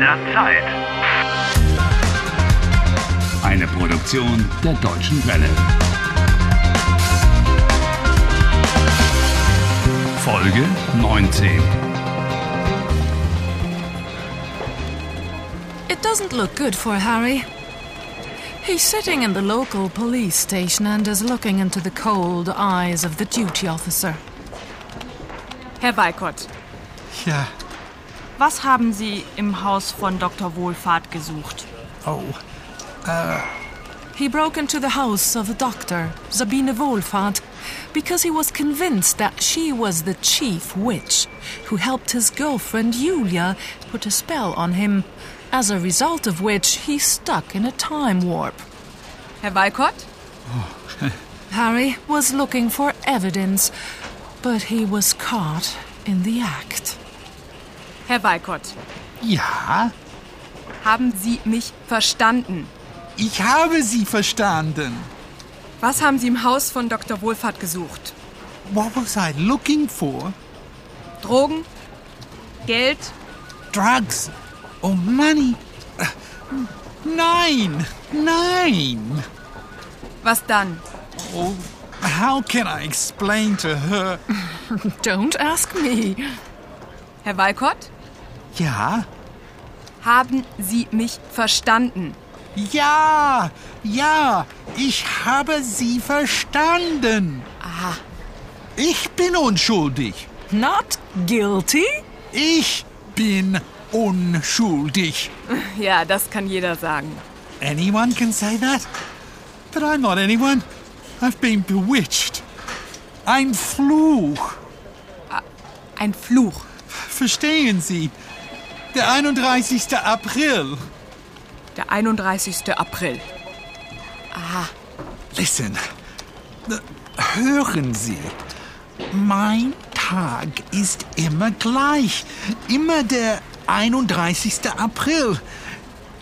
der Zeit. Eine Produktion der Deutschen Welle. Folge 19. It doesn't look good for Harry. He's sitting in the local police station and is looking into the cold eyes of the duty officer. Herr Weikott, Ja, was haben Sie im Haus von Dr. Wohlfahrt gesucht? oh, He broke into the house of a doctor, Sabine Wohlfahrt, because he was convinced that she was the chief witch who helped his girlfriend Julia put a spell on him, as a result of which he stuck in a time warp. Herr Weikott? Harry was looking for evidence, but he was caught in the act. Herr Weikott, ja, haben Sie mich verstanden? ich habe Sie verstanden. Was haben Sie im Haus von Dr. Wohlfahrt gesucht? What was I looking for? Drogen? Geld? Drugs or money? Nein, nein. Was dann? Oh, how can I explain to her? Don't ask me. Herr Weikott, Ja, haben Sie mich verstanden? ja, ja, ich habe Sie verstanden. Aha. Ich bin unschuldig. Not guilty? Ich bin unschuldig. Ja, das kann jeder sagen. Anyone can say that? But I'm not anyone. I've been bewitched. Ein Fluch. Ein Fluch. Verstehen Sie? Der 31. April. Der 31. April. Listen. Hören Sie. Mein Tag ist immer gleich. Immer der 31. April.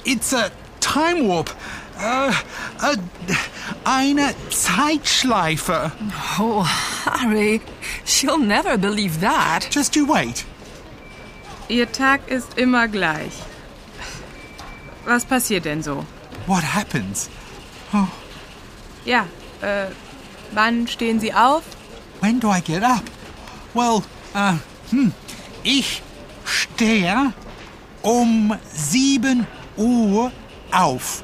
It's a time warp. Äh, äh, eine Zeitschleife. Oh, Harry, she'll never believe that. Just you wait. Ihr Tag ist immer gleich. Was passiert denn so? What happens? Ja, äh, wann stehen Sie auf? When do I get up? Well, uh, hm, ich stehe um 7 Uhr auf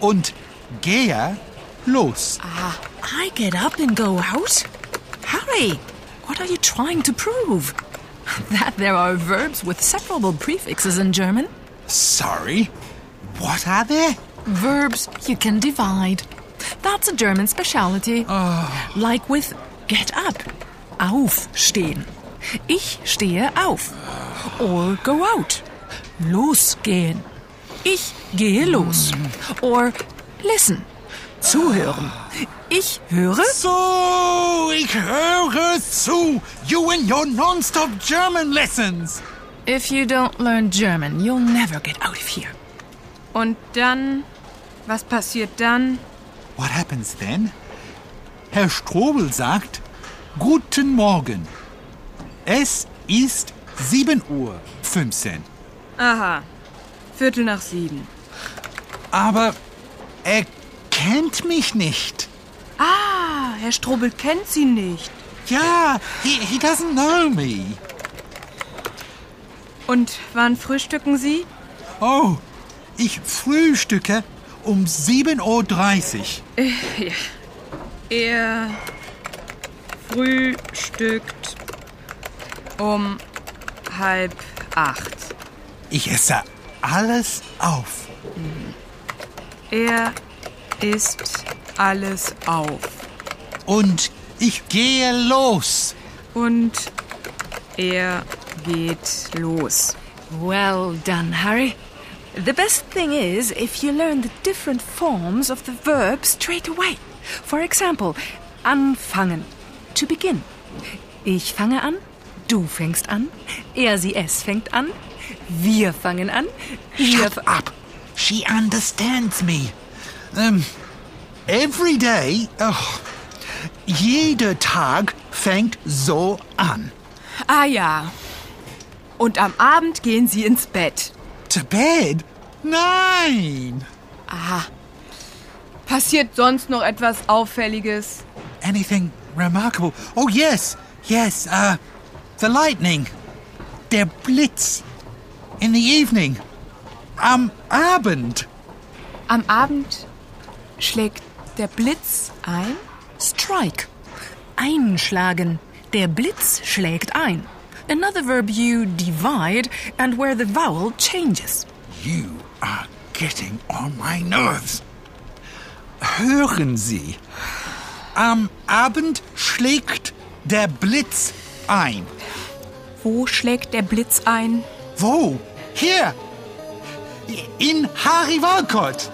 und gehe los. Ah, I get up and go out? Harry, what are you trying to prove? That there are verbs with separable prefixes in German? Sorry, what are they? Verbs you can divide. That's a German speciality. Like with get up, aufstehen. Ich stehe auf. Or go out, losgehen. Ich gehe los. Or listen, zuhören. Ich höre. So, ich höre zu. You and your non-stop German lessons. If you don't learn German, you'll never get out of here. Und dann? Was passiert dann? What happens then? Herr Strobel sagt, Guten Morgen. Es ist 7 Uhr 15. Aha, Viertel nach sieben. Aber er kennt mich nicht. Ah, Herr Strobel kennt Sie nicht. Ja, he, he doesn't know me. Und wann frühstücken Sie? Oh, ich frühstücke um 7.30 Uhr. Er frühstückt um halb acht. Ich esse alles auf. Er isst alles auf. Und ich gehe los. Und er geht los. Well done, Harry. The best thing is if you learn the different forms of the verb straight away. For example, anfangen, to begin. Ich fange an, du fängst an, er, sie, es fängt an, wir fangen an, ihr... Shut up. She understands me. Um, every day, oh, jeder Tag fängt so an. Ah ja. Und am Abend gehen Sie ins Bett. to bed? Nine. Passiert sonst noch etwas Auffälliges? Anything remarkable? Oh, yes, yes, uh, the lightning. Der Blitz. In the evening. Am Abend. Am Abend schlägt der Blitz ein? Strike. Einschlagen. Der Blitz schlägt ein. Another verb you divide and where the vowel changes. You are getting on my nerves. Hören Sie. Am Abend schlägt der Blitz ein. Wo schlägt der Blitz ein? Wo? Hier. In Harry Walcott.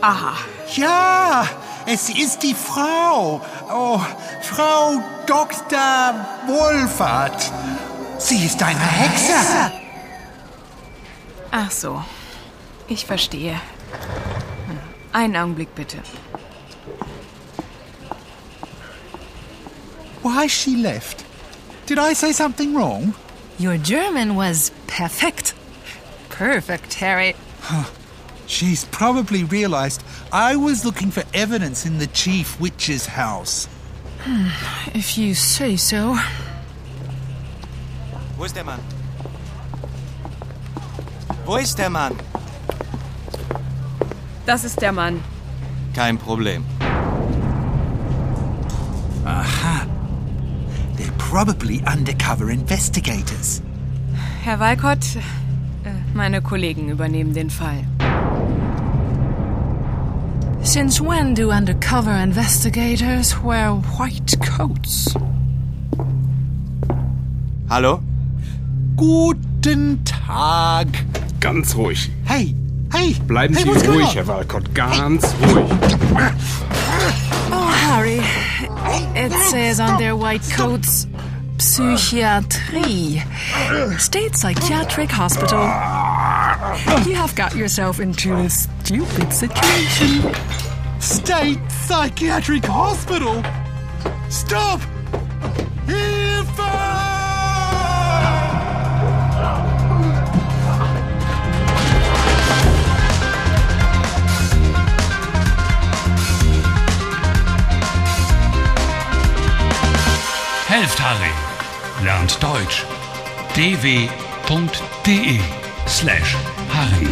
Aha. Ja, es ist die Frau. Oh, Frau Dr. Wohlfahrt. Sie ist eine Hexe. Ach so. Ich verstehe. Hm. Einen Augenblick bitte. Why she left? Did I say something wrong? Your German was perfect. Perfect, Harry. She's probably realized I was looking for evidence in the chief witch's house. If you say so. Wo ist der Mann? Wo ist der Mann? Das ist der Mann. Kein Problem. They're probably undercover investigators. Herr Walcott, äh, meine Kollegen übernehmen den Fall. Since when do undercover investigators wear white coats? Hallo? Guten Tag. Ganz ruhig. Hey, hey. Bleiben hey, Sie what's going ruhig, on? Herr Walcott. Ganz ruhig. Oh, Harry. It says on their white coats Psychiatrie. State Psychiatric Hospital. You have got yourself into a stupid situation. State Psychiatric Hospital? Stop! Hilfe! Helft Harry. Lernt Deutsch. dw.de slash Harry.